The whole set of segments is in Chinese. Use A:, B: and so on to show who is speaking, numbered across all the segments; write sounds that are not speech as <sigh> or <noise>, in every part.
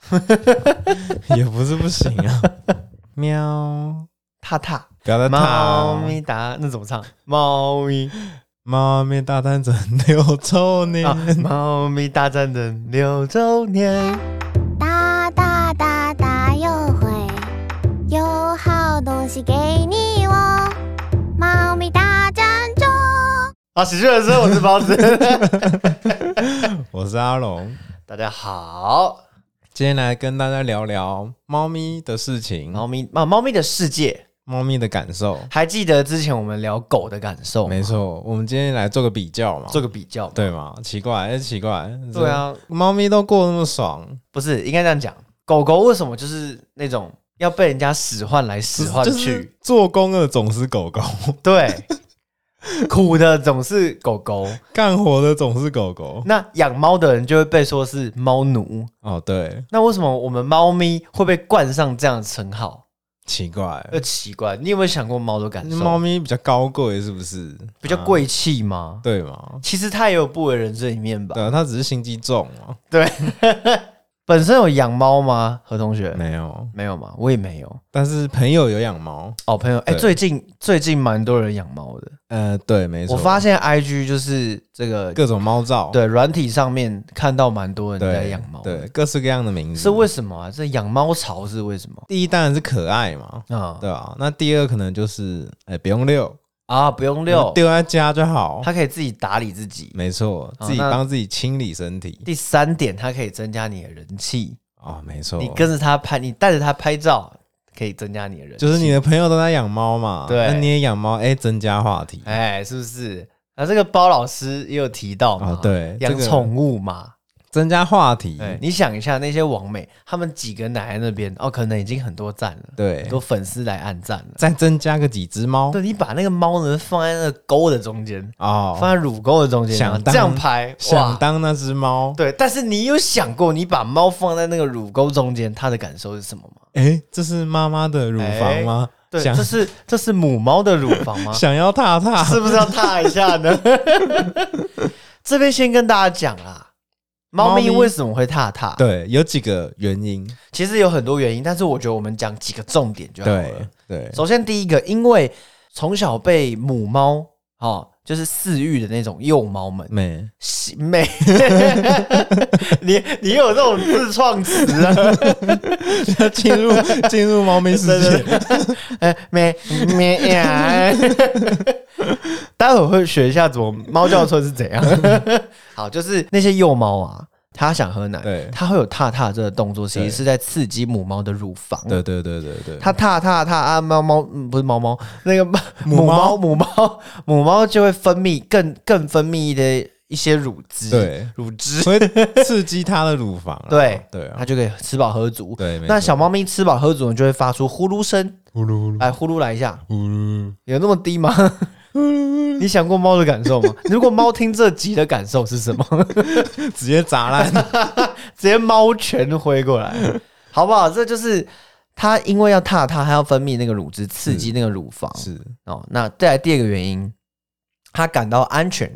A: <laughs> 也不是不行
B: <laughs>
A: 啊。喵，
B: 踏踏，
A: 不要再
B: 猫
A: 呃踏。
B: 咪哒，那怎么唱？猫咪
A: 猫咪大战整六周年， <laughs>
B: 啊，猫咪大战的六周年，
C: 哒哒哒哒又会，有好东西给你哦，猫咪大战中。
B: 好，啊喜剧人生，我是包
A: <laughs>
B: 子，
A: 我是阿龙，
B: 大家好，
A: 今天来跟大家聊聊猫咪的事情，
B: 猫咪啊，猫咪的世界，
A: 猫咪的感受。
B: 还记得之前我们聊狗的感受吗，
A: 没错，我们今天来做个比较嘛，
B: 啊做个比较，
A: 对嘛？奇怪，哎、奇怪，
B: 对啊，
A: 这，猫咪都过得那么爽，
B: 不是应该这样讲，狗狗为什么就是那种要被人家使唤来使唤去？
A: 就是做工的总是狗 <laughs> 狗，
B: 对，苦的总是狗狗，
A: 干活的总是狗狗。
B: 那养猫的人就会被说是猫奴。
A: 哦，对，
B: 那为什么我们猫咪会被冠上这样的称号？
A: 奇怪，
B: 呃，奇怪，你有没有想过猫的感
A: 嗯
B: 受？
A: 猫咪比较高贵是不是？
B: 比较
A: 啊
B: 贵气吗？
A: 对嘛？
B: 其实它也有不为人知的一面吧
A: 对。啊，它只是心机重啊嘛。
B: 本身有养猫吗？何同学
A: 没有，
B: 没有吗？我也没有。
A: 但是朋友有养猫。
B: 哦，朋友，哎、
A: 对
B: 最近最近蛮多人养猫的。
A: 呃，对，没错。
B: 我发现 IG 就是这个
A: 各种猫照，
B: 对软体上面看到蛮多人
A: 对，
B: 在养猫，
A: 对，，各式各样的名字。
B: 是为什么啊？这养猫潮是为什么
A: 第一当然是可爱嘛，
B: 啊？
A: 对啊。那第二可能就是，哎、不用遛，
B: 啊，不用遛，
A: 丢在家就好。
B: 它可以自己打理自己。
A: 没错，
B: 好
A: 自己
B: 啊那
A: 帮自己清理身体
B: 第三点，它可以增加你的人气，
A: 哦，没错。
B: 你跟着它拍，你带着它拍照，可以增加你的人气，
A: 就是你的朋友都在养猫嘛，
B: 对
A: 那你也养猫，哎、增加话题。
B: 哎，是不是？啊，这个包老师也有提到嘛，
A: 哦对这
B: 养
A: 个嗯
B: 宠物嘛。
A: 增加话题，
B: 哎，你想一下那些网美，他们几个奶奶那边哦，可能已经很多赞了，
A: 对
B: 很多粉丝来按赞了。
A: 再增加个几只猫
B: 对你把那个猫呢放在那个沟的中间，放
A: 哦，
B: 在乳沟的中间，
A: 想
B: 然后
A: 当
B: 这样拍，哇
A: 想当那只猫，
B: 对。但是你有想过，你把猫放在那个乳沟中间，它的感受是什么吗？
A: 哎、这是妈妈的乳房吗？
B: 哎对，
A: 想
B: 这是这是母猫的乳房
A: <laughs>
B: 吗？
A: 想要踏踏，
B: <laughs> 是不是要踏一下呢？ <laughs> 这边先跟大家讲啊，猫咪
A: 猫咪
B: 为什么会踏踏？，
A: 对，有几个原因，
B: 其实有很多原因，但是我觉得我们讲几个重点就好了
A: 对。对，
B: 首先第一个，因为从小被母猫哦，就是饲育的那种幼猫们
A: 没
B: 洗妹， <laughs> 你你有这种自创词啊？
A: <laughs> 进
B: <laughs>
A: 入进入猫咪世
B: 真
A: 界，
B: 呃，妹妹呀， <laughs> 待会儿会学一下怎么猫叫声是怎样。 <laughs> 好，就是那些幼猫啊，它想喝奶，
A: 对
B: 它会有踏踏这个动作，其
A: 对
B: 实是在刺激母猫的乳房。
A: 对对对对对，
B: 它踏踏踏啊，猫猫嗯不是猫猫，那个
A: 母
B: 母
A: 猫
B: 猫母猫母猫就会分泌更更分泌的一些乳汁，
A: 对
B: 乳汁，
A: 所以刺激它的乳房啊，
B: 对
A: 对啊
B: 它，就可以吃饱喝足。
A: 对，没错
B: 那小猫咪吃饱喝足，就会发出呼噜声，
A: 呼噜呼噜
B: 来呼噜来一下，
A: 呼噜，
B: 有那么低
A: <laughs>
B: 吗？你想过猫的感受吗？如果猫听这集的感受是什么？ <laughs>
A: 直接砸烂，
B: 直接猫拳挥过来，好不好？这就是它因为要踏踏，它要分泌那个乳汁，刺激那个乳房。
A: 是
B: 哦，那再来第二个原因，它感到安全，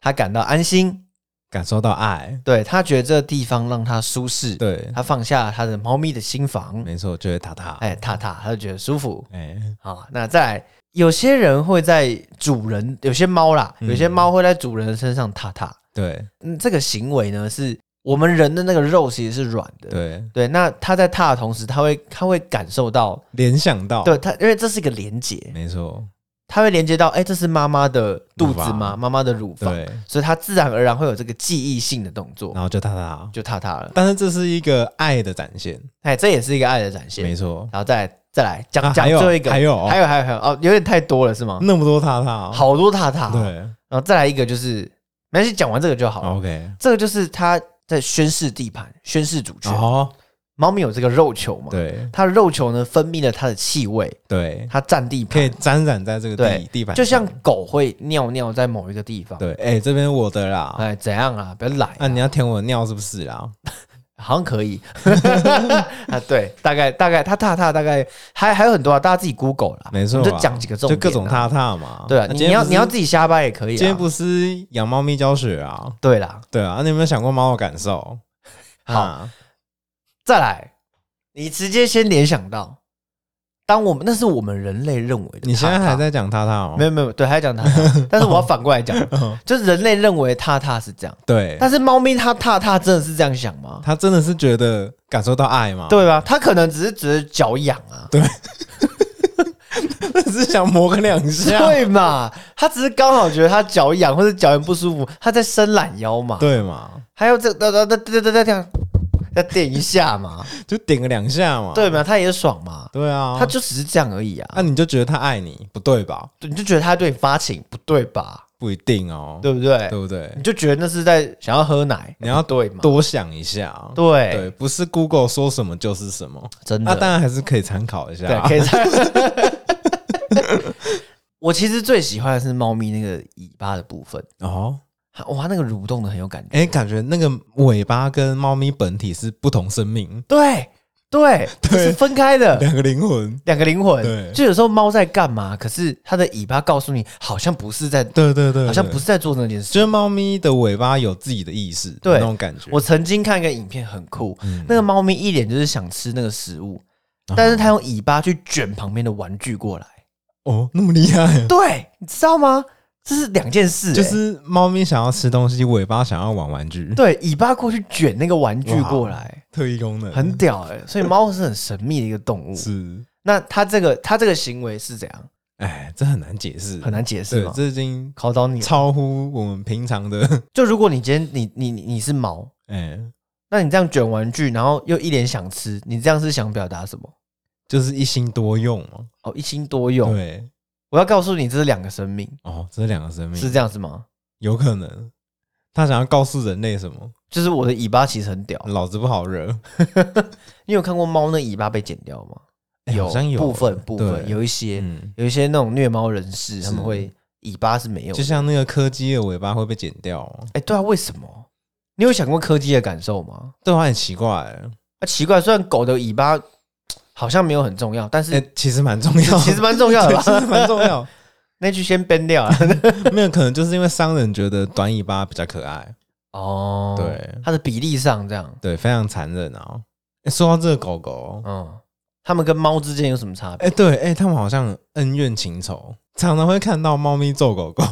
B: 它感到安心，
A: 感受到爱，
B: 对它觉得这个地方让它舒适，
A: 对，
B: 它放下它的猫咪的心房，
A: 没错，就会踏踏，
B: 哎，踏踏，它就觉得舒服。
A: 哎，
B: 好，那再来，有些人会在主人，有些猫啦，有
A: 嗯
B: 些猫会在主人的身上踏踏。
A: 对
B: 嗯，这个行为呢，是我们人的那个肉其实是软的。
A: 对，
B: 对那它在踏的同时，它会它会感受到，
A: 联想到，
B: 对它，因为这是一个连接，
A: 没错，
B: 它会连接到，哎、这是妈妈的肚
A: 乳
B: 子
A: 房
B: 吗？妈妈的乳房，
A: 对，
B: 所以它自然而然会有这个记忆性的动作
A: 然，后就踏踏，
B: 就踏踏了。
A: 但是这是一个爱的展现，
B: 哎，这也是一个爱的展现
A: 没。错，
B: 然后再来再来
A: 啊
B: 讲讲
A: 还有
B: 最后一个，
A: 还有
B: 还有还有还有哦，有点太多了是吗？
A: 那么多踏踏，，
B: 好多踏踏、哦，
A: 对
B: 然后再来一个就是，没关系，讲完这个就好了。
A: ，OK，
B: 这个就是它在宣示地盘、宣示主权。
A: 哦，
B: 猫咪有这个肉球嘛？，
A: 对
B: 它的肉球呢分泌了它的气味，
A: 对，
B: 它占地
A: 可以
B: 盘，
A: 沾染在这个地
B: 对
A: 地板上，
B: 就像狗会尿尿在某一个地方。，
A: 对，哎，这边我的啦，
B: 哎，怎啊样啊？不要懒、
A: 啊，你要舔我的尿是不是啦？
B: 好像可以 <laughs> 啊。对，大概大概它踏踏大概还还有很多啊，大家自己 Google 啦。
A: 没错啊，
B: 我们就讲几个重
A: 就
B: 点、
A: 各种。踏踏嘛，
B: 对啊，
A: 那
B: 你
A: 今天
B: 要
A: 不是
B: 你要自己瞎掰也可以啊。
A: 今天不是养猫咪教学啊，
B: 对啦，
A: 对啊，啊你有没有想过猫的感受？
B: 好
A: 啊，
B: 再来，你直接先联想到，当我们那是我们人类认为的。
A: 你现在还？在讲踏踏哦？
B: 没有没有，对，还在讲踏
A: <laughs>
B: 踏，但是我要反过来讲，就是人类认为踏踏是这样，
A: 嗯对，
B: 但是猫咪它踏踏真的是这样想吗？
A: 他真的是觉得感受到爱吗？，
B: 对吧？它可能只是觉得脚痒啊，
A: <laughs> 只是想磨个两下，
B: 对嘛？它只是刚好觉得它脚痒或者脚很不舒服，它在伸懒腰嘛，
A: 对嘛？
B: 还有这哒哒哒哒哒哒这样，要垫一
A: <laughs>
B: 下嘛，
A: 就点个两下嘛。
B: 对嘛？它也爽嘛，
A: 啊对啊，
B: 它就只是这样而已啊
A: 那、。你就觉得他爱你，不对吧？
B: 对你就觉得他对你发情不对吧？
A: 不一定哦，
B: 对不嗯对？
A: 对不
B: 你
A: 对？
B: 就觉得那是在想要喝奶，
A: 你要
B: 不对嘛？
A: 多想一下，
B: 对
A: 对，不是 Google 说什么就是什么，
B: 真
A: 那、
B: 的，
A: 当然还是可以参考一下
B: 对，
A: 啊。
B: 可以这样。 <laughs> 我其实最喜欢的是猫咪那个尾巴的部分，
A: 哦，
B: 哇，它那个蠕动的很有感觉。
A: 哎、感觉那个尾巴跟猫咪本体是不同生命，
B: 对对，
A: 对
B: 是分开的。
A: 两个灵魂。
B: 两个灵
A: 对
B: 魂，就有时候猫在干嘛，可是它的尾巴告诉你，好像不是在，
A: 对对对
B: 好像不是，在做那件
A: 对就
B: 事。
A: 是猫咪的尾巴有自己的意识，
B: 对
A: 那种感觉。
B: 我曾经看一个影片，很酷，
A: 嗯
B: 那个猫咪一脸就是想吃那个食物，但是它用尾巴去卷旁边的玩具过来。
A: 哦，那么厉害，
B: 对，你知道吗？这是两件事欸、
A: 就是猫咪想要吃东西，尾巴想要玩玩具，
B: 对尾巴过去卷那个玩具过来，
A: 特异功能
B: 很屌哎、所以猫是很神秘的一个动物。
A: 是，
B: 那它这个它这个行为是怎样？
A: 哎，这很难解释，
B: 很难解释
A: 对，
B: 吗？
A: 这已经
B: 考到你了，
A: 超乎我们平常
B: <laughs>
A: 的，
B: 就如果你今天你你你你是猫，
A: 哎，
B: 那你这样卷玩具，然后又一脸想吃，你这样是想表达什么？
A: 就是一心多用嘛。
B: 哦，一心多用。
A: 对，
B: 我要告诉你，这是两个生命，
A: 哦，这是两个生命
B: 是这样子吗？
A: 有可能，他想要告诉人类什么？
B: 就是我的尾巴其实很屌。
A: 老子不好惹。
B: 你有看过猫那尾巴被剪掉吗？
A: 哎好像有
B: 部分部分
A: 对
B: 有一些，
A: 嗯，
B: 有一些那种虐猫人士，他们
A: 是
B: 会尾巴是没有的。
A: 就像那个柯基的尾巴会被剪掉哦，
B: 哎、对啊，为什么？你有想过柯基的感受吗？
A: 对我很奇怪。
B: 啊，奇怪，虽然狗的尾巴好像没有很重要，但是
A: 哎，其实蛮重要，
B: <laughs> 其实蛮重要的
A: 对 <laughs> 其实
B: 吧？
A: 蛮重要。
B: 那句先编掉
A: <laughs>
B: 啊。
A: 没有，可能就是因为商人觉得短尾巴比较可爱，
B: 哦，
A: 对
B: 它的比例上这样，
A: 对，非常残忍啊。哎说到这个狗狗，
B: 嗯，它们跟猫之间有什么差别？
A: 哎，对，哎，他们好像恩怨情仇，常常会看到猫咪揍狗 <laughs> 狗。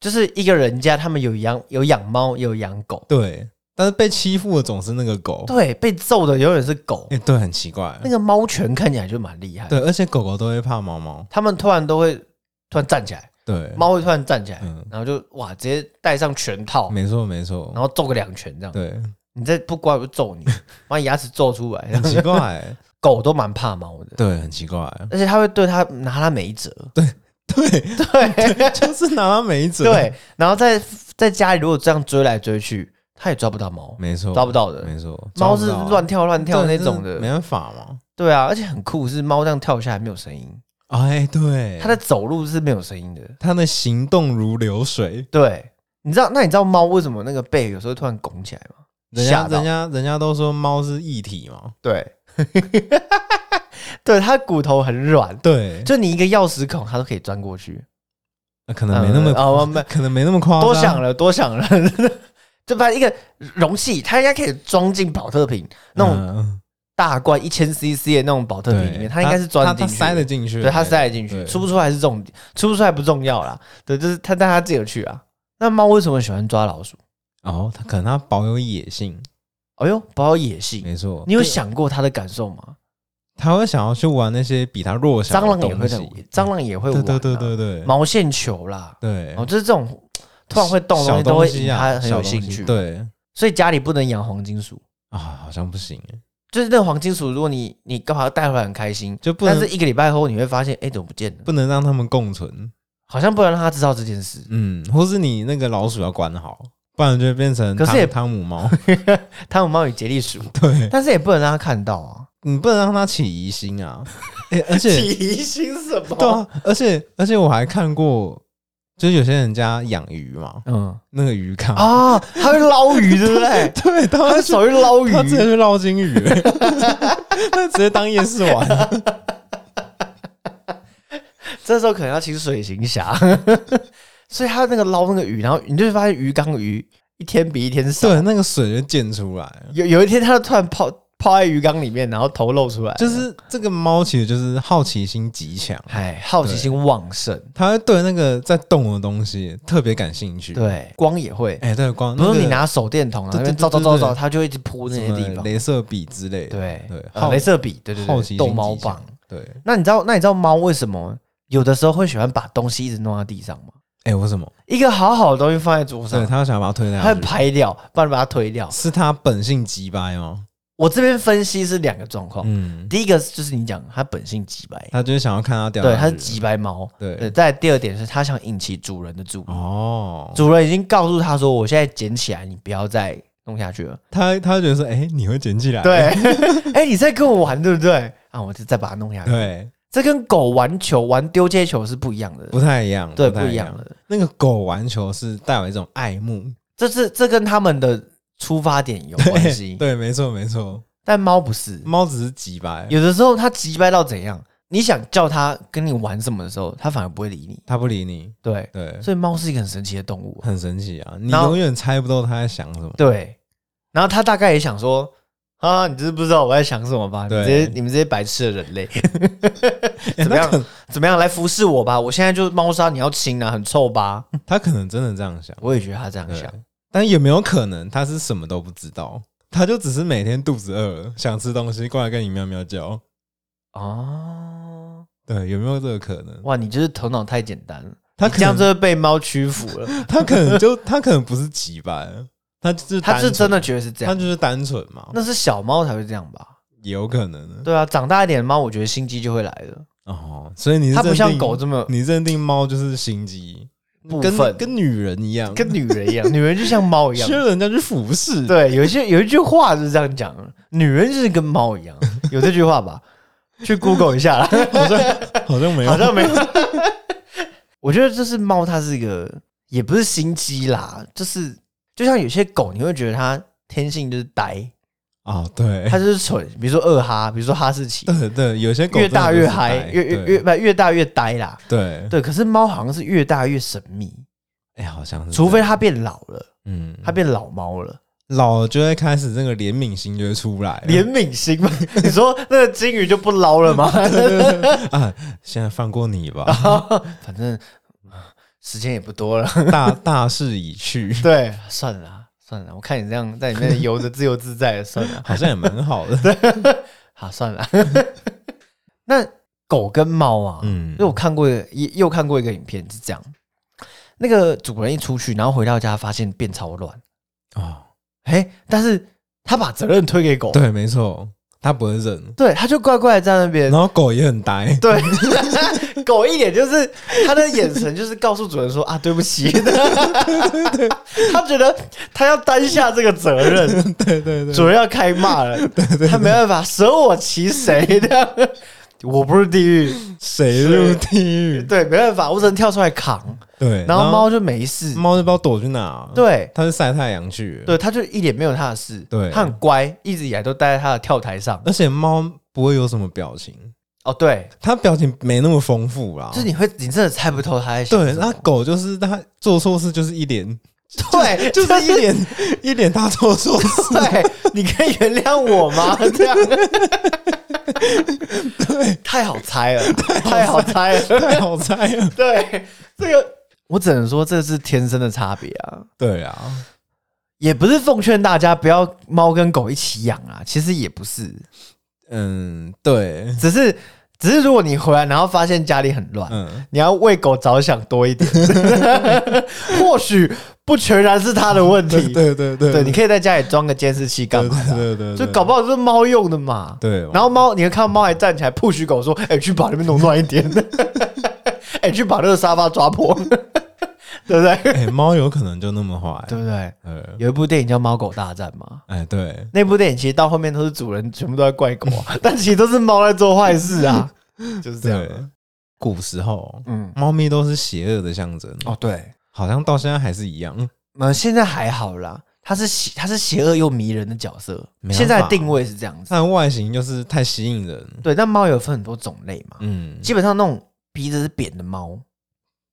B: 就是一个人家，他们有养有养猫，也有养狗，
A: 对，但是被欺负的总是那个狗。
B: 对，被揍的永远是狗。
A: 哎、对，很奇怪。
B: 那个猫拳看起来就蛮厉害，
A: 对，，而且狗狗都会怕猫猫。
B: 他们突然都会突然站起来，
A: 对，
B: 猫会突然站起来，
A: 嗯
B: 然后就哇，直接戴上拳套，
A: 没错没错。
B: 然后揍个两拳这样。
A: 对，
B: 你再不乖，我就
A: <laughs>
B: 揍你，把你牙齿揍出来。这
A: 很奇
B: 样
A: 怪、
B: 狗都蛮怕猫的，
A: 对，很奇怪、
B: <laughs> 而且它会对它拿它没辙。
A: 对，
B: 对
A: 就是拿它没辙。，
B: 对，然后在在家里如果这样追来追去，它也抓不到猫，
A: 没错，
B: 抓不到的
A: 没错，
B: 猫
A: 抓不
B: 是
A: 到啊
B: 乱跳乱跳
A: 对
B: 那种
A: 这是
B: 的
A: 没。办法嘛。
B: 对啊，而且很酷，是猫这样跳下来没有声音，
A: 哎，对，
B: 它的走路是没有声音的。
A: 它的行动如流水，
B: 对，你知道那你知道猫为什么那个背有时候突然拱起来吗？
A: 人
B: 吓
A: 家
B: 到
A: 人家人家都说猫是一体嘛。
B: 对， <laughs> 对，它骨头很软，
A: 对，
B: 就你一个钥匙孔，它都可以钻过去。
A: 呃可能没那么、
B: 呃哦没
A: 可能没那么夸张。
B: 多想了，多想了。 <laughs> 就把一个容器，它应该可以装进保特瓶那种
A: 嗯
B: 大罐一千 CC 的那种保特瓶里
A: 对
B: 面，它应该是钻进
A: 它它
B: 去，
A: 塞得，进去，
B: 对，它塞得进去，
A: 对
B: 出不出来是重点，出不出来不重要啦。对，就是它，但它自己有去啊。那猫为什么喜欢抓老鼠？
A: 哦，它可能它保有野性，
B: 哎呦，保有野性，
A: 没错。
B: 你有想过它的感受吗？
A: 他会想要去玩那些比他弱小
B: 蟑
A: 的
B: 螂也
A: 东
B: 会
A: 西
B: 在，蟑螂也会玩、啊，
A: 对对对对对，
B: 毛线球啦，
A: 对
B: 哦，就是这种突然会动的东
A: 小
B: 西都会
A: 西
B: 引
A: 啊
B: 它很有
A: 小东
B: 兴
A: 西
B: 趣。，
A: 对
B: 所以家里不能养黄金鼠。
A: 啊，好像不行，欸
B: 就是那个黄金鼠，如果你你刚好带回来很开心，
A: 就不
B: 但
A: 能
B: 是一个礼拜后你会发现，哎、怎么不见了？
A: 不能让他们共存，
B: 好像不能让它知道这件事。
A: 嗯，或是你那个老鼠要管好，不然就会变成
B: 可是
A: 汤
B: 也
A: 汤姆猫， <laughs>
B: 汤姆猫与杰利鼠，
A: 对
B: 但是也不能让它看到啊。
A: 你不能让它起疑心
B: <laughs>
A: 啊，诶而且
B: 疑心哦什么
A: 对啊，而且而且我还看过，就是有些人家养鱼嘛，
B: 嗯
A: 那个鱼缸，
B: 啊，它会捞鱼，对不对？
A: 哦 <laughs> 对，他
B: 它
A: 会
B: 会
A: 手
B: 手去捞鱼
A: 他，直接去捞金鱼、 <laughs> 欸，他直接当夜市玩。 <laughs>
B: 这时候可能要请水行侠。 <laughs> 所以它那个捞那个鱼，然后你就会发现鱼缸鱼一天比一天少。
A: 对，那个水就溅出来，
B: 有有一天，它就突然泡泡在鱼缸里面，然后头露出来，
A: 就是这个猫其实就是好奇心极强，
B: 哎，好奇心旺盛。
A: 它会对那个在动的东西特别感兴趣。，
B: 对，光也会，
A: 哎，对，光
B: 不
A: 那
B: 是
A: 个
B: 你拿手电筒啊，那
A: 对对
B: 边
A: 对
B: 照照
A: 对
B: 照
A: 对
B: 照，它就一直扑那
A: 什
B: 些
A: 么
B: 地方。
A: 镭射笔之类的，
B: 对
A: 对
B: 呃
A: 好
B: 镭射笔，对对
A: 好
B: 对，
A: 奇心
B: 逗猫
A: 极强
B: 棒。。
A: 对，
B: 那你知道，那你知道猫为什么有的时候会喜欢把东西一直弄到地上吗？
A: 哎，为什么？
B: 一个好好的东西放在桌
A: 对，
B: 上，
A: 它想把它推
B: 它会
A: 下去，
B: 拍掉，不然把它推掉。
A: 是它本性极白吗？
B: 我这边分析是两个状况，
A: 嗯，
B: 第一个就是你讲它本性极白，
A: 啊它就是想要看它掉下
B: 对，
A: 去。
B: 它是极白猫。
A: 对
B: 再来第二点是它想引起主人的注意，
A: 哦，
B: 主人已经告诉它说，我现在捡起来，你不要再弄下去了。
A: 它它觉得说，哎，你会捡起来？
B: 对， <laughs> 哎、你在跟我玩对不对？啊，我就再把它弄下去。
A: 对，
B: 这跟狗玩球、玩丢接球是不一样的，
A: 不太一样，
B: 对，不
A: 太
B: 一
A: 一
B: 样。的。
A: 那个狗玩球是带有一种爱慕
B: 这是这跟他们的出发点有关系，
A: <laughs> 对，没错没错。
B: 但猫不是。
A: 猫只是极白，
B: 有的时候它急掰到怎样，你想叫它跟你玩什么的时候，它反而不会理你。
A: 它不理你，
B: 对，
A: 对，
B: 所以猫是一个很神奇的动物。
A: 很神奇啊！你
B: 然后
A: 永远猜不到它在想什么。
B: 对，然后它大概也想说。啊！你就是不知道我在想什么吧？你
A: 对
B: 们这些你们这些白痴的
A: <laughs>
B: 人类，
A: 哎
B: 怎么
A: 它可
B: 样？怎么样来服侍我吧？我现在就是猫砂，你要清啊，很臭吧？
A: 它可能真的这样想，
B: 我也觉得它这样
A: 对
B: 想。
A: 但有没有可能它是什么都不知道？它就只是每天肚子饿了，想吃东西，过来跟你喵喵叫。
B: 哦，
A: 对，有没有这个可能？
B: 哇，你就是头脑太简单了，
A: 它
B: 你
A: 可
B: 这样就
A: 能，
B: 会被猫屈服了。
A: 它可能就，它可能不是极白，它 <laughs> 就是
B: 它
A: 单
B: 是
A: 纯
B: 真的，觉得是这
A: 它
B: 样，
A: 就是单纯嘛，
B: 那是小猫才会这样吧？
A: 也有可能
B: 对啊，长大一点的猫，我觉得心机就会来了。
A: 哦。所以你是
B: 它不
A: 认
B: 像
A: 定
B: 狗这么
A: 你认定猫就是心机，
B: 部分
A: 跟跟女人一 <laughs> 样，
B: 跟女人一 <laughs> 样，女人就像猫一样
A: 需。要人家去服
B: <laughs>
A: 侍。
B: 对，有一些有一句话是这样讲的，女人就是跟猫 <laughs> 一样，有这句话吧？去 Google 一下啦，
A: 好像好像没有，
B: <laughs> 好像没有。 <laughs> 我觉得就是猫，它是一个也不是心机啦，就是就像有些狗，你会觉得它天性就是呆，
A: 哦，对，
B: 它就是蠢。比如说二哈，比如说哈士 <laughs> 奇，
A: <laughs> 对对，有些狗
B: 越大越嗨
A: 还，
B: 越越越不越大越呆啦。
A: 对对，
B: 对，可是猫好像是越大越神秘，
A: 哎，好像是这样，
B: 除非它变老了。
A: 嗯，
B: 它
A: 他
B: 变老猫了，
A: 老了就会开始那个怜悯心就会出来了，
B: 怜悯心嘛？ <laughs> 你说那个金鱼就不捞了吗？
A: 啊， <laughs> 现在放过你吧，
B: <laughs> 反正啊时间也不多了，
A: 大大势已去，
B: <laughs> 对，算了啊算了，我看你这样在里面游的自由自 <laughs> 在的，算了，
A: 好像也蛮好的，
B: 好算了。 <laughs> 那狗跟猫啊，
A: 嗯
B: 因为我看过也又看过一个影片是这样，那个主人一出去，然后回到家发现变超乱，
A: 哦，
B: 哎、但是他把责任推给狗，
A: 对，没错，它不会认，
B: 对，他就乖乖的在那边
A: 然，后狗也很呆，
B: 对， <laughs> 狗一脸就是他的眼神，就是告诉主人说啊，对不起。 <laughs> 他觉得他要担下这个责任，
A: 对对对，
B: 主人要开骂了，他没办法，舍我其谁 <laughs> 的。我不是地狱，
A: 谁入地狱？
B: 对，没办法，我只能跳出来扛。
A: 对，
B: 然后猫就没事，
A: 猫就不知道躲去哪，，
B: 对
A: 它去晒太阳去了，
B: 对，他就一脸没有他的事，
A: 对
B: 他很乖，一直以来都待在他的跳台上。
A: 而且猫不会有什么表情，
B: 哦，对，
A: 它表情没那么丰富啦。
B: 就是你会，你真的猜不透他在想
A: 哦对，
B: 什
A: 那
B: 么。
A: 狗就是它做错事就是一
B: <laughs>
A: 脸，
B: 对，
A: 就是一脸一脸它做错事，
B: <laughs> 对，你可以原谅我
A: <laughs>
B: 吗？这样，对，太好猜了，太好猜了。
A: 太好猜
B: <laughs>
A: 了。
B: 对，这个我只能说这是天生的差别啊，
A: 对啊，
B: 也不是奉劝大家不要猫跟狗一起养啊，其实也不是，
A: 嗯，对，
B: 只是只是如果你回来然后发现家里很乱。
A: 嗯，
B: 你要为狗着想多一点， <laughs> 或许不全然是它的问题。
A: 对对对
B: 对
A: 对，
B: 你可以在家里装个监视器干
A: 对
B: 嘛的啊？
A: 对对，
B: 就搞不
A: 好
B: 好是猫用的嘛。
A: 对，
B: 然后猫，你会看到猫还站起来 p u 狗说：“哎、去把那边弄乱一点， <laughs> 哎、去把那个沙发抓破， <laughs> 对不对？
A: 哎，猫有可能就那么坏，
B: 对不对？”
A: 呃，
B: 有一部电影叫《猫狗大战》嘛，
A: 哎，对，
B: 那部电影其实到后面都是主人全部都在怪狗、 <laughs> 啊，但其实都是猫在做坏事啊， <laughs> 就是这样
A: 对
B: 啊。
A: 古时候
B: 嗯，
A: 猫咪都是邪恶的象征，
B: 哦对，
A: 好像到现在还是一样。
B: 嗯，现在还好啦，它是邪，它是邪恶又迷人的角色，
A: 没办法
B: 现在的定位是这样子。
A: 它的外形就是太吸引人，
B: 对，但猫有分很多种类嘛，
A: 嗯，
B: 基本上那种鼻子是扁的猫，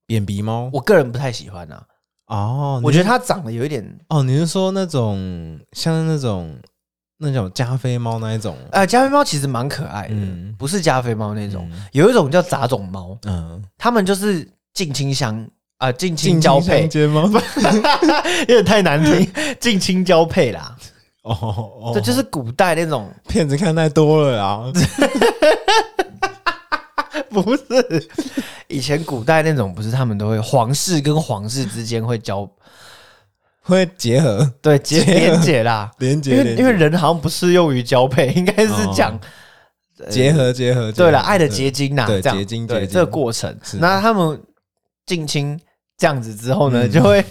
A: 扁鼻猫
B: 我个人不太喜欢啊，
A: 哦，
B: 我觉得它长得有一点
A: 哦，你是说那种像那种那种加菲猫那一种，
B: 呃，加菲猫其实蛮可爱的，
A: 嗯
B: 不是加菲猫那种，
A: 嗯
B: 有一种叫杂种猫，
A: 嗯，
B: 它们就是近亲相啊、近亲交配，
A: 接 <laughs> 吗？
B: 有点太难听，近亲交配啦，
A: 哦哦，
B: 这就是古代那
A: <laughs>
B: 种，
A: 骗子看太多了啊！
B: 不是以前古代那种，不是他们都会皇室跟皇室之间会交
A: <laughs> 会结合
B: 对结连结啦，
A: 连接，
B: 因为
A: 连结
B: 因为人好像不适用于交配，应该是讲
A: 哦结合结合，结合
B: 对了，爱的结晶呐，
A: 对
B: 这样
A: 结晶
B: 对
A: 结晶
B: 这个过程。
A: 是
B: 那他们近亲这样子之后呢，
A: 嗯 <laughs>
B: 就会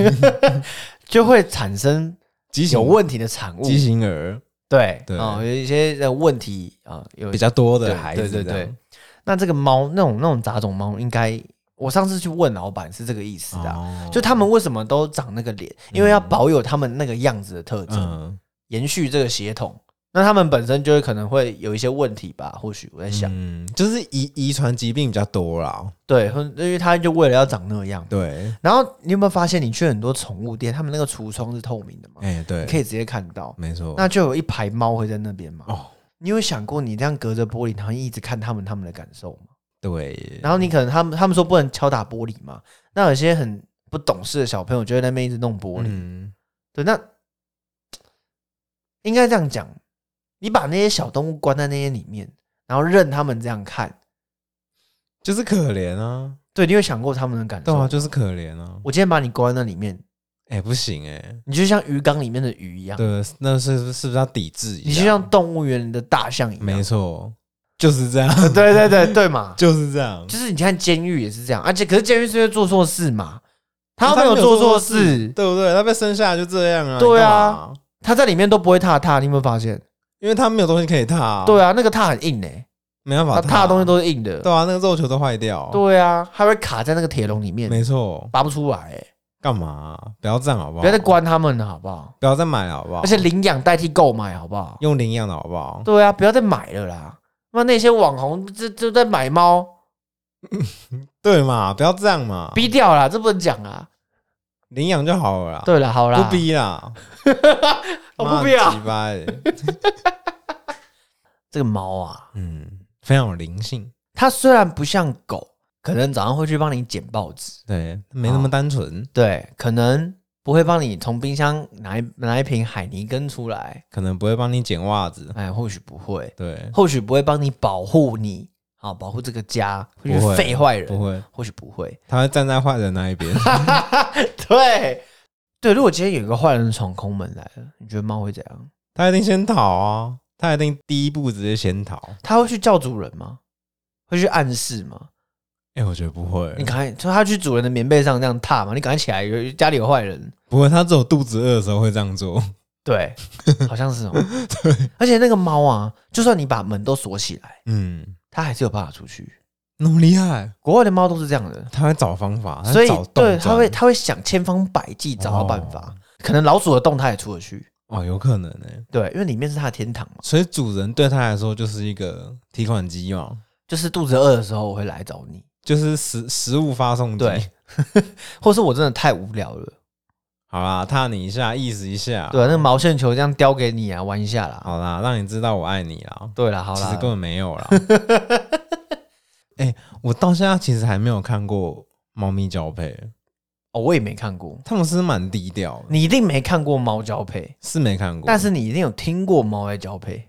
B: 就会产生
A: 畸形嗯
B: 有问题的产物，
A: 畸形儿
B: 对
A: 对
B: 啊，有一些呃问题啊，有
A: 比较多
B: 对
A: 的孩子，
B: 对对
A: 这
B: 对
A: 样。
B: 那这个猫那种那种杂种猫，应该我上次去问老板是这个意思啊，
A: 哦
B: 就他们为什么都长那个脸，因为要保有他们那个样子的特征，
A: 嗯
B: 延续这个血统。那他们本身就会可能会有一些问题吧，或许我在想，
A: 嗯，就是遗遗传疾病比较多啦，
B: 对，或因为他就为了要长那样。
A: 对，
B: 然后你有没有发现，你去很多宠物店，他们那个橱窗是透明的嘛，
A: 哎对
B: 你，可以直接看到，
A: 没错，
B: 那就有一排猫会在那边嘛。
A: 嗯哦
B: 你有想过你这样隔着玻璃，然后一直看他们他们的感受吗？
A: 对，
B: 然后你可能他们他们说不能敲打玻璃嘛，那有些很不懂事的小朋友就会在那边一直弄玻璃。
A: 嗯
B: 对，那应该这样讲，你把那些小动物关在那些里面，然后任他们这样看，
A: 就是可怜啊，
B: 对，你有想过他们的感
A: 对
B: 受？
A: 啊，就是可怜啊，
B: 我今天把你关在那里面，
A: 哎不行哎，
B: 你就像鱼缸里面的鱼一样，
A: 对，那是是不是要抵制一下？
B: 你就像动物园里的大象一样。
A: 没错，就是这样，
B: <laughs>
A: <laughs>
B: 对对对对嘛， <laughs>
A: 就是这样，
B: 就是你看监狱也是这样，而且可是监狱是因为做错事嘛，他
A: 没
B: 没有做错
A: 事，
B: 事，
A: 对不对？他被生下来就这样啊，
B: 对
A: 你
B: 啊
A: 干嘛，
B: 他在里面都不会踏踏，你有没有发现？
A: 因为他没有东西可以踏啊，
B: 对啊，那个踏很硬诶、
A: 没办
B: 他
A: 法
B: 踏的东西
A: 都
B: 都是硬的。
A: 对啊，那个肉球都坏掉，
B: 对啊，他会卡在那个铁笼里面，
A: 没错，
B: 拔不出来、欸。
A: 干嘛？不要这样好不好？
B: 不要再，关他们了，好不好？
A: 不要再买了好不好？
B: 而且领养代替购买，好不好？
A: 用领养的好不好？
B: 对啊，不要再买了啦。那那些网红这就在买猫，
A: 对嘛，不要这样嘛，
B: 逼掉啦，这不能讲啊。
A: 领养就好了啦，
B: 对了，好啦，
A: 不，逼啦，
B: <laughs> 我
A: 妈
B: 不逼啊
A: 鸡巴欸
B: 这个猫啊，
A: 嗯，非常有灵性，
B: 它虽然不像狗，可能早上会去帮你捡报纸，
A: 对，没那么单纯，
B: 对，可能不会帮你从冰箱拿一拿一瓶海泥根出来，
A: 可能不会帮你捡袜子，
B: 哎，或许不会，
A: 对，
B: 或许不会帮你保护你，好，保护这个家，会去
A: 不会
B: 废坏人，
A: 不会，
B: 或许不会。
A: 他会站在坏人那一边， <laughs>
B: 对对，如果今天有一个坏人闯空门来了，你觉得猫会怎样？
A: 他一定先逃啊，他一定第一步直接先逃。
B: 它会去叫主人吗？会去暗示吗？
A: 哎、我觉得不会，
B: 你赶快，就它去主人的棉被上这样踏嘛，你赶快起来，有家里有坏人。
A: 不会，他只有肚子饿的时候会这样做。
B: 对，
A: <laughs>
B: 好像是哦。而且那个猫啊，就算你把门都锁起来，
A: 嗯，
B: 它还是有办法出去。
A: 那么厉害，
B: 国外的猫都是这样的，
A: 他会找方法，它
B: 所以
A: 找洞
B: 对
A: 钻
B: 它会它会想千方百计找到办
A: 哦
B: 法。可能老鼠的洞它也出得去，
A: 哦，有可能呢、
B: 对，因为里面是它的天堂嘛。
A: 所以主人对他来说就是一个提款机嘛，
B: 就是肚子饿的时候我会来找你，
A: 就是食食物发送机。
B: 对，或是我真的太无聊了，
A: 好啦，踏你一下，意思一下。
B: 对、啊，那个毛线球这样叼给你啊，玩一下啦。
A: 好啦，让你知道我爱你啦。
B: 对啦，好
A: 哦其实
B: 啦
A: 根，本没有
B: <laughs>
A: 啦。哎、我到现在其实还没有看过猫咪交配，
B: 哦，我也没看过，
A: 他们是蛮低调的，
B: 你一定没看过猫交配，
A: 是没看过。
B: 但是你一定有听过猫在交配，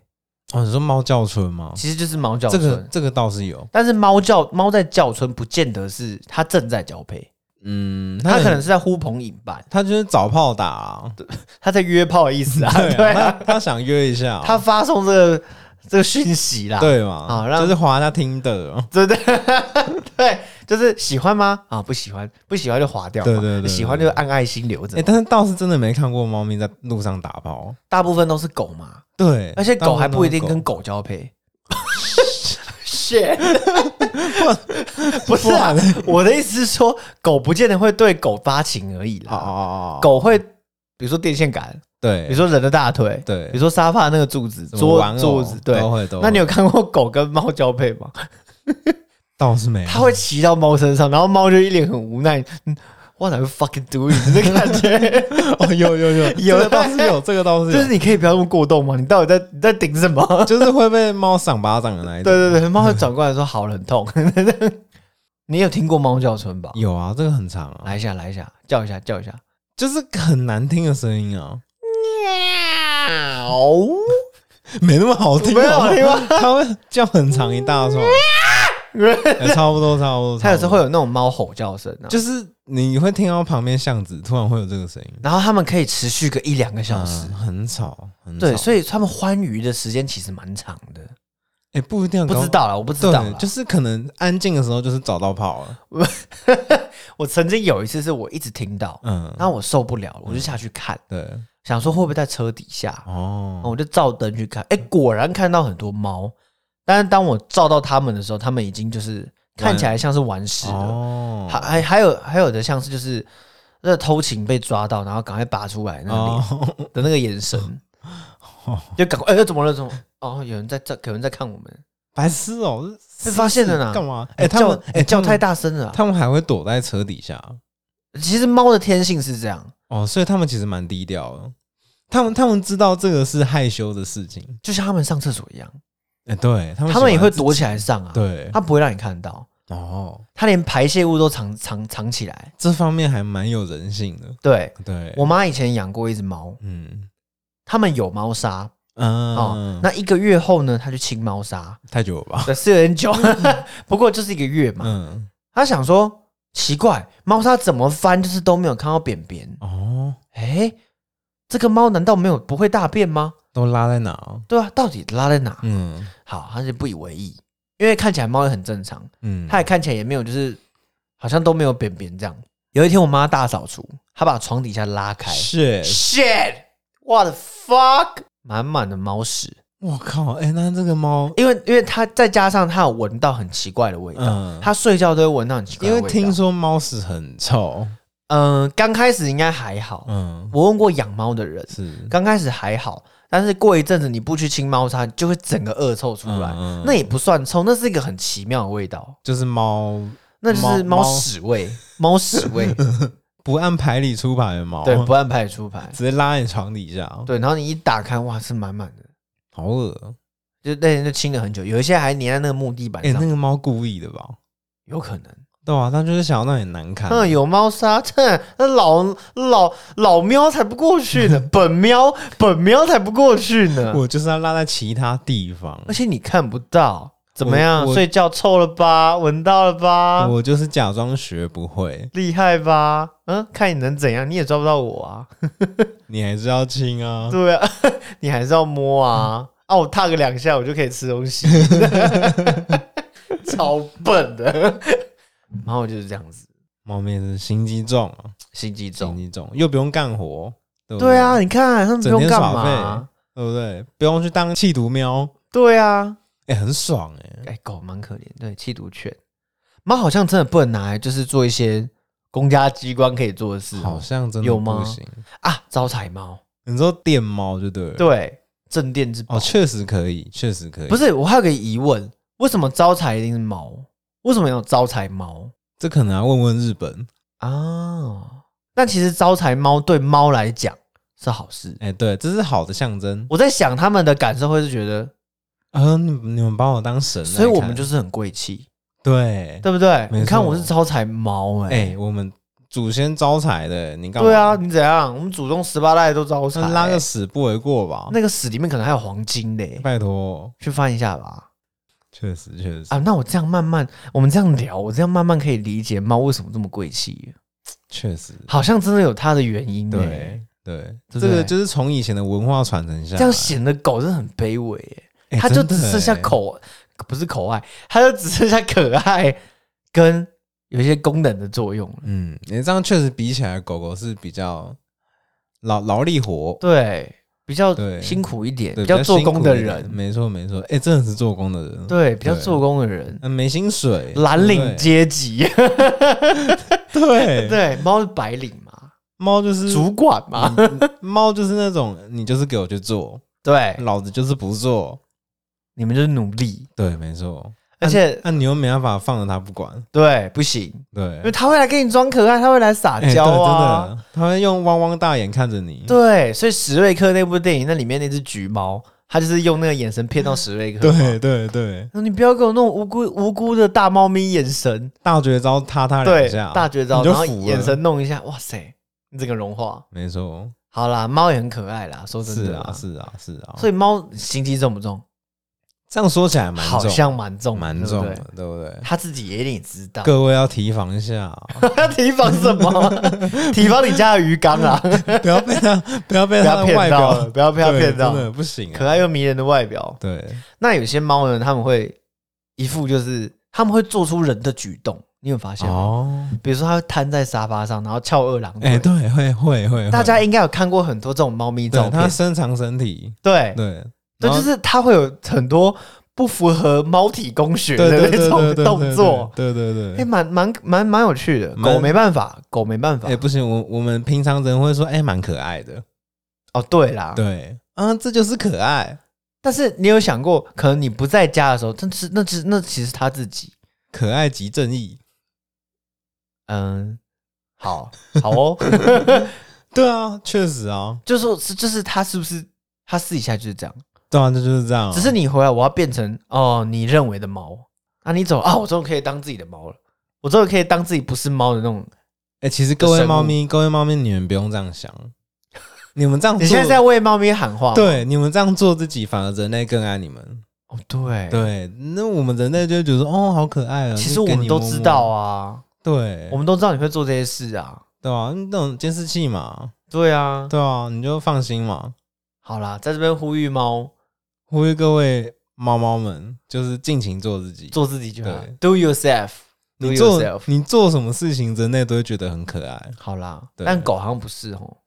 A: 哦，你说猫叫春吗？
B: 其实就是猫叫
A: 哦这
B: 春。
A: 个这个倒是有，
B: 但是猫叫猫在叫春，不见得是它正在交配，
A: 嗯，
B: 它可能是在呼朋引伴，
A: 他就是找炮打、
B: <laughs>
A: 啊，对
B: 它在约炮的意思啊，对
A: 啊，
B: 啊，
A: 他他想约一下啊，
B: 它发送这个这个讯息啦，
A: 对
B: 啊
A: 嘛，
B: 让
A: 就是滑他听的，
B: 对对对，就是喜欢吗？啊，不喜欢，不喜欢就划掉嘛，
A: 对对对对
B: 喜欢就按爱心留着
A: 哎，
B: 嘛。
A: 但是倒是真的没看过猫咪在路上打炮，
B: 大部分都是狗嘛，
A: 对，
B: 而且
A: 大部
B: 狗
A: 分
B: 还不一定
A: 都是
B: 跟
A: 狗
B: 狗交配。shit，不是啊
A: 哇，
B: 我的意思是说，狗不见得会对狗发情而已
A: 哦哦
B: 啦。
A: 哦，哦，
B: 狗会，比如说电线杆，
A: 对，
B: 比如说人的大腿，
A: 对
B: 比如说沙发那个柱子、
A: 什么
B: 桌
A: 玩偶
B: 桌子，对
A: 都。会都会，
B: 那你有看过狗跟猫交配吗？
A: 倒是没有，
B: 它会骑到猫身上，然后猫就一脸很无奈，嗯， What are you fucking doing 的感觉，
A: <laughs> 哦，有有有，
B: <laughs> 有
A: 这个倒是有，这个倒是
B: 就
A: 有
B: 是你可以不要那么过动嘛？你到底在你在顶什么？
A: <laughs> 就是会被猫赏巴掌的那一种。
B: 对对对，猫会转过来说好了，很痛。 <laughs> 你有听过猫叫声吧？
A: 有啊，这个很长啊，
B: 来一下，来一下，叫一下，叫一下。
A: 就是很难听的声音啊，没那么好听，
B: 没有好听吗啊
A: 好不好它会叫很长一大串，哎差不多差不多。
B: 它有时候会
A: 有，
B: 有那种猫吼叫声啊，
A: 就是你会听到旁边巷子突然会有这个声音，
B: 然后它们可以持续个一两个小时
A: 嗯。很吵，很吵。
B: 对，所以它们欢愉的时间其实蛮长的。
A: 哎，不一定要
B: 不
A: 搞
B: 知。道啦，我不知道啦
A: 对，。就是可能安静的时候就是找到炮了，
B: <laughs> 我曾经有一次是我一直听到，
A: 嗯，
B: 然后我受不了了，我就下去看，
A: 对，
B: 想说会不会在车底下，然后
A: 哦，
B: 我就照灯去看，哎，果然看到很多猫。但是当我照到它们的时候，它们已经就是看起来像是完事了，
A: 哦
B: 还还还有还有的像是就是那偷情被抓到，然后赶快拔出来那啊个脸
A: 哦，
B: 的那个眼神，
A: <laughs>
B: 就赶快哎、怎么了怎么了？哦，有人在这，有人在看我们，
A: 白痴哦，
B: 被发现了呢
A: 干嘛？哎，
B: 哎、
A: 他
B: 叫
A: 们
B: 哎、
A: 哎
B: 叫
A: 他们
B: 太大声了啊、
A: 他们还会躲在车底下
B: 其实猫的天性是这样，
A: 哦，所以他们其实蛮低调的。他们他们知道这个是害羞的事情，
B: 就像他们上厕所一样，
A: 哎、对他们
B: 他们也会
A: 喜欢
B: 躲起来上啊，
A: 自己，对，
B: 它不会让你看到，
A: 哦，
B: 它连排泄物都藏藏藏起来。
A: 这方面还蛮有人性的。
B: 对
A: 对，
B: 我妈以前养过一只猫，
A: 嗯
B: 他们有猫砂
A: 嗯、
B: 哦，那一个月后呢，它就清
A: <laughs>
B: 猫砂，
A: 太久了吧？
B: 对，是有
A: <laughs>
B: 点久，不过就是一个月嘛。
A: 嗯，
B: 她想说奇怪，猫砂怎么翻就是都没有看到便便，
A: 哦，
B: 哎，这个猫难道没有不会大便吗？
A: 都拉在哪？哦
B: 对啊，到底拉在哪？
A: 嗯
B: 好，他就不以为意，因为看起来猫也很正常，
A: 嗯，
B: 它也看起来也没有就是好像都没有便便这样。有一天我妈大扫除，她把床底下拉开
A: 是，
B: ，shit，what the fuck，满满的猫屎，
A: 我靠，哎、那这个猫，
B: 因为因为它再加上它有闻到很奇怪的味道，
A: 嗯，
B: 它睡觉都会闻到很奇怪
A: 因
B: 的
A: 为
B: 味道。
A: 听，说猫屎很臭，
B: 嗯、刚开始应该还好，
A: 嗯，
B: 我问过养猫的人，
A: 是，
B: 刚开始还好，但是过一阵子你不去清猫砂，就会整个恶臭出来。
A: 嗯嗯嗯
B: 那也不算臭，那是一个很奇妙的味道，
A: 就是猫
B: 那就是
A: 猫
B: 猫屎味，猫屎味。
A: 不按牌理出牌的猫，
B: 对，不按牌出牌。
A: 直接拉在你床底下，，
B: 对，然后你一打开，哇，是满满的，
A: 好恶哦、
B: 就那天就清了很久，有一些还粘在那个木地板
A: 哎、
B: 上，
A: 那个猫故意的吧？
B: 有可能。
A: 对啊，它就是想要让你难看。
B: 嗯，有猫砂，哼，那老老老喵才不过去
A: <laughs>
B: 呢，本喵本喵才不过去呢，
A: 我就是要拉在其他地方，
B: 而且你看不到。怎么样？
A: 我
B: 睡觉臭了吧？闻到了吧？
A: 我就是假装学不会，
B: 厉害吧？嗯，看你能怎样，你也抓不到我啊。
A: 你还是要亲啊。
B: 对啊， <laughs> 你还是要摸啊。啊，我踏个两下，我就可以吃东 <laughs> 西，超笨的。然后就是这样子，
A: 猫咪是心机重啊，
B: 心机
A: 心
B: 重。
A: 机重，又不用干活，对不
B: 对啊，，你看他们不
A: 整
B: 用
A: 天
B: 干
A: 耍
B: 嘛
A: 废？，对不对？不用去当弃毒喵，
B: 对啊，
A: 哎、很爽哎、
B: 哎、狗蛮可怜，对，弃毒犬。猫好像真的不能拿来，就是做一些公家机关可以做的事哦。
A: 好像真的
B: 有吗
A: 不行。
B: 啊，招财猫，
A: 你说电猫就对了，
B: 对，镇店之宝。
A: 哦，确实可以，确实可以。
B: 不，是，我还有个疑问，为什么招财一定是猫？为什么要有招财猫
A: 这可能要问问日本。
B: 啊？那其实招财猫对猫来讲是好事。
A: 哎、对，这是好的象征。
B: 我在想他们的感受会是觉得，
A: 啊，你你们把我当神来看，
B: 所以我们就是很贵气，
A: 对
B: 对不对？
A: 没
B: 你看
A: 错
B: 我是招财猫、
A: 哎、
B: 哎、
A: 我们祖先招财的，你干嘛？
B: 对啊，，你怎样？我们祖宗十八代都招财、
A: 那拉个
B: 哎
A: 屎不为过吧？
B: 那个屎里面可能还有黄金嘞、
A: 拜托，
B: 去翻一下吧。
A: 确实确实
B: 啊，那我这样慢慢，我们这样聊，我这样慢慢可以理解猫为什么这么贵气，
A: 确实，
B: 好像真的有它的原因、哎
A: 对啊对，
B: 对
A: 这
B: 不对
A: 个就是从以前的文化传承下来，
B: 这样显得狗真的很卑微欸耶，
A: 哎
B: 它就
A: 真的
B: 只剩下
A: 哎
B: 口，不是口爱，它就只剩下可爱跟有一些功能的作用了。
A: 嗯，你这样确实比起来，狗狗是比较劳劳力活，
B: 对，比较
A: 对
B: 辛苦一点，
A: 对，
B: 比较做
A: 辛苦
B: 工的
A: 一点
B: 人，
A: 没错没错，哎，真的是做工的人，，
B: 对，比较做工的人，
A: 嗯，没薪水，
B: 蓝
A: 对
B: 领
A: 不
B: 阶级，
A: 对嗯对，
B: <laughs> 对，猫是白领嘛，
A: 猫就是
B: 主管嘛，
A: 嗯猫就是那种你就是给我去做，
B: 对，
A: 老子就是不做，嗯
B: 你们就是努力。
A: 对，没错，
B: 而且
A: 那、你又没办法放着它不管，
B: 对不行，
A: 对
B: 因为，它会来给你装可爱，它会来撒
A: 哎
B: 娇
A: 对真
B: 啊。
A: 的，它会用汪汪大眼看着你，
B: 对，所以史瑞克那部电影那里面那只橘猫，它就是用那个眼神骗到史瑞克。
A: 对对对，
B: 你不要给我那种无辜无辜的大猫咪眼神，
A: 大绝招踏它
B: 对
A: 两下，，
B: 大绝招，
A: 啊你就
B: 然后
A: 服了
B: 眼神弄一下，哇塞，你整个融化。
A: 没错，
B: 好啦，猫也很可爱啦，说真
A: 是
B: 的
A: 啊
B: 啦，
A: 是啊是啊，
B: 所以猫心机重不重？
A: 这样说起来蛮
B: 好
A: 重，
B: 像蛮重的，
A: 蛮
B: 对不
A: 重
B: 对
A: 的，对不对？
B: 他自己也得知道。 <laughs>
A: 各位要提防一下哦，
B: 提防什
A: <laughs>
B: 么？提防你家的鱼缸啊！
A: 不要被他不要被他
B: 不要
A: 的
B: 骗
A: 外
B: 到
A: 表
B: 了，不要被他
A: 对
B: 骗到
A: 真的不行啊，
B: 可爱又迷人的外表。
A: 对，
B: 那有些猫呢，他们会一副就是他们会做出人的举动，你有发现吗？
A: 哦，
B: 比如说，它会瘫在沙发上，然后翘二郎腿。
A: 哎，对，会会会，
B: 大家
A: 会
B: 应该有看过很多这种猫咪照
A: 对它
B: 片。
A: 伸长身体，
B: 对，
A: 对，
B: 对，
A: 然后
B: 就是它会有很多不符合猫体工学
A: 对
B: 的
A: 对对
B: 那种
A: 对对
B: 动作。
A: 对对对
B: 哎，蛮蛮蛮蛮有趣的。
A: 蛮
B: 狗没办法，狗没办法
A: 哎、。不行，我我们平常人会说，哎、蛮可爱的，
B: 哦，对啦，
A: 对，啊，这就是可爱，
B: 但是你有想过，可能你不在家的时候，但是那只那其实他自己，
A: 可爱即正义，
B: 嗯，
A: <laughs>
B: 好好哦，
A: 对啊，确实啊，
B: 就说是就是他是不是他私底下就是这样？
A: 对啊，这就是这样啊、
B: 只是你回来，我要变成哦你认为的猫，啊你走啊，我终于可以当自己的猫了，我终于可以当自己不是猫的那种。
A: 哎、其实各位猫咪，各位猫咪，你们不用这样想，你们这样做，
B: 你现在是在为猫咪喊话吗？
A: 哦对，你们这样做自己，反而人类更爱你们。
B: 哦对，
A: 对，那我们人类就会觉得说，哦，好可爱啊。
B: 其实
A: 就
B: 我
A: 给
B: 们
A: 你
B: 都
A: 摸
B: 知
A: 摸
B: 道，啊，
A: 对，
B: 我们都知道你会做这些事啊，
A: 对啊，那种监视器嘛，
B: 对啊。
A: 对啊，你就放心嘛。
B: 好啦，在这边呼吁猫
A: 呼吁各位猫猫们，就是尽情做自己，
B: 做自己就好
A: 对
B: ，Do yourself。
A: 你
B: Do
A: 做
B: yourself
A: 你做什么事情，人类都会觉得很可爱。
B: 好啦，
A: 对
B: 但狗好像不是哦。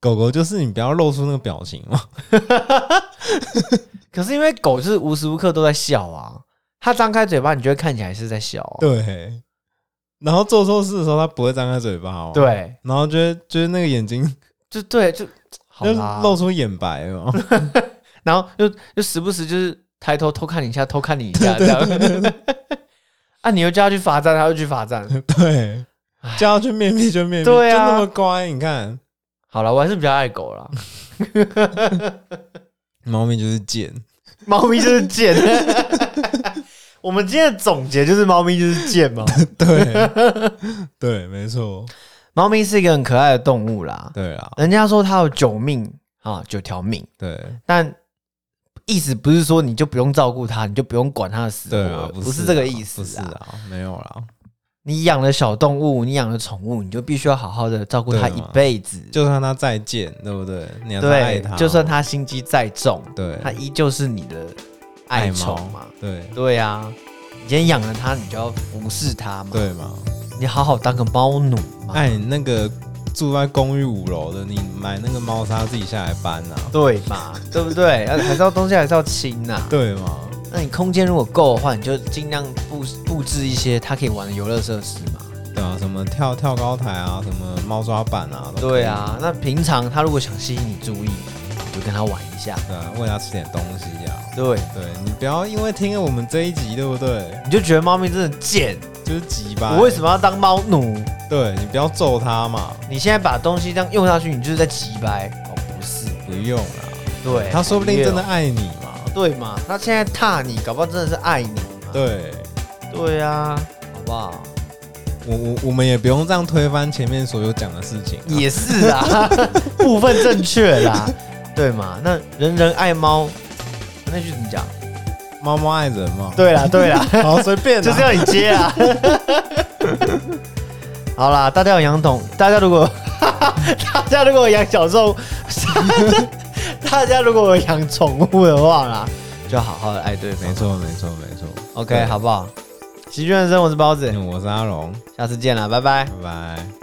A: 狗狗就是你不要露出那个表情嘛，
B: 可是因为狗就是无时无刻都在笑啊，它张开嘴巴，你就会看起来是在笑、啊。
A: 对。然后做错事的时候，它不会张开嘴巴哦，，
B: 对，
A: 然后就会就是那个眼睛
B: 就对，就好
A: 就是
B: 啦。
A: 露出眼白哦，
B: 然后就就时不时就是抬头偷看你一下，偷看你一下这样。 <laughs> 啊，你又叫它去罚站，它就去罚站。
A: 对，叫它去面壁就面壁，
B: 对
A: 就
B: 啊
A: 那么乖，你看
B: 好了，我还是比较爱狗啦，
A: 猫咪就是贱，
B: 猫咪就
A: <laughs>
B: 是贱。我们今天的总结就是猫咪就是贱嘛， <laughs>
A: 对对，没错，
B: 猫咪是一个很可爱的动物啦。
A: 对啊，
B: 人家说它有九命啊，九条命，
A: 对
B: 但意思不是说你就不用照顾它，你就不用管它的死活
A: 对
B: 了，
A: 啊，
B: 不
A: 是
B: 是
A: 啊
B: 这个意思、
A: 不是。啊，没有啦，
B: 你养了小动物，你养了宠物，你就必须要好好的照顾它
A: 对
B: 一
A: 嘛
B: 辈子。
A: 就算它再贱，对不对？你还是爱
B: 对
A: 它哦，，
B: 就算它心机再重，
A: 对
B: 它依旧是你的爱宠嘛。
A: 对
B: 对啊，你今天养了它，你就要服侍它嘛。，
A: 对嘛，
B: 你好好当个猫奴嘛。
A: 哎，你那个住在公寓五楼的，你买那个猫砂自己下来搬啊，
B: 对嘛，对不 <laughs> 对？要还是要东西还是要轻呐、
A: 对嘛，
B: 那你空间如果够的话，你就尽量布布置一些它可以玩的游乐设施嘛。
A: 对啊，什么跳跳高台啊，什么猫抓板啊，都可以
B: 对，啊，那平常他如果想吸引你注意，你就跟他玩一下。
A: 对啊，喂它吃点东西啊。
B: 对，
A: 对你不要因为听了我们这一集，对不对？
B: 你就觉得猫咪真的贱，
A: 就是急吧。
B: 我为什？么要当猫奴？
A: 对你不要揍它嘛，
B: 你现在把东西这样用下去，你就是在急掰。哦，不是，
A: 不用啦。
B: 对，哎
A: 它说不定真的
B: 没
A: 爱你嘛。
B: 有对嘛？他现在踏你，搞不好真的是爱你嘛。
A: 对，
B: 对啊，好不好？
A: 我我我们也不用这样推翻前面所有讲的事情啊、
B: 也是 <laughs> 啊，部分正确啦，对嘛？那人人爱猫，那句怎么讲？
A: 猫猫爱人嘛。
B: 对啦，对啦。
A: 好，随便啦。
B: <laughs> 就是要你接 <laughs> 啊。好啦，大家有养宠，大家如果 <laughs> 大家如果有养小兽， <laughs> 大家如果有养宠物的话啦，就好好的爱对方
A: 没。错，没错，没错。
B: OK，好不好？喜剧人生，我是包子，
A: 我是阿龙，
B: 下次见啦，拜拜。
A: 拜拜。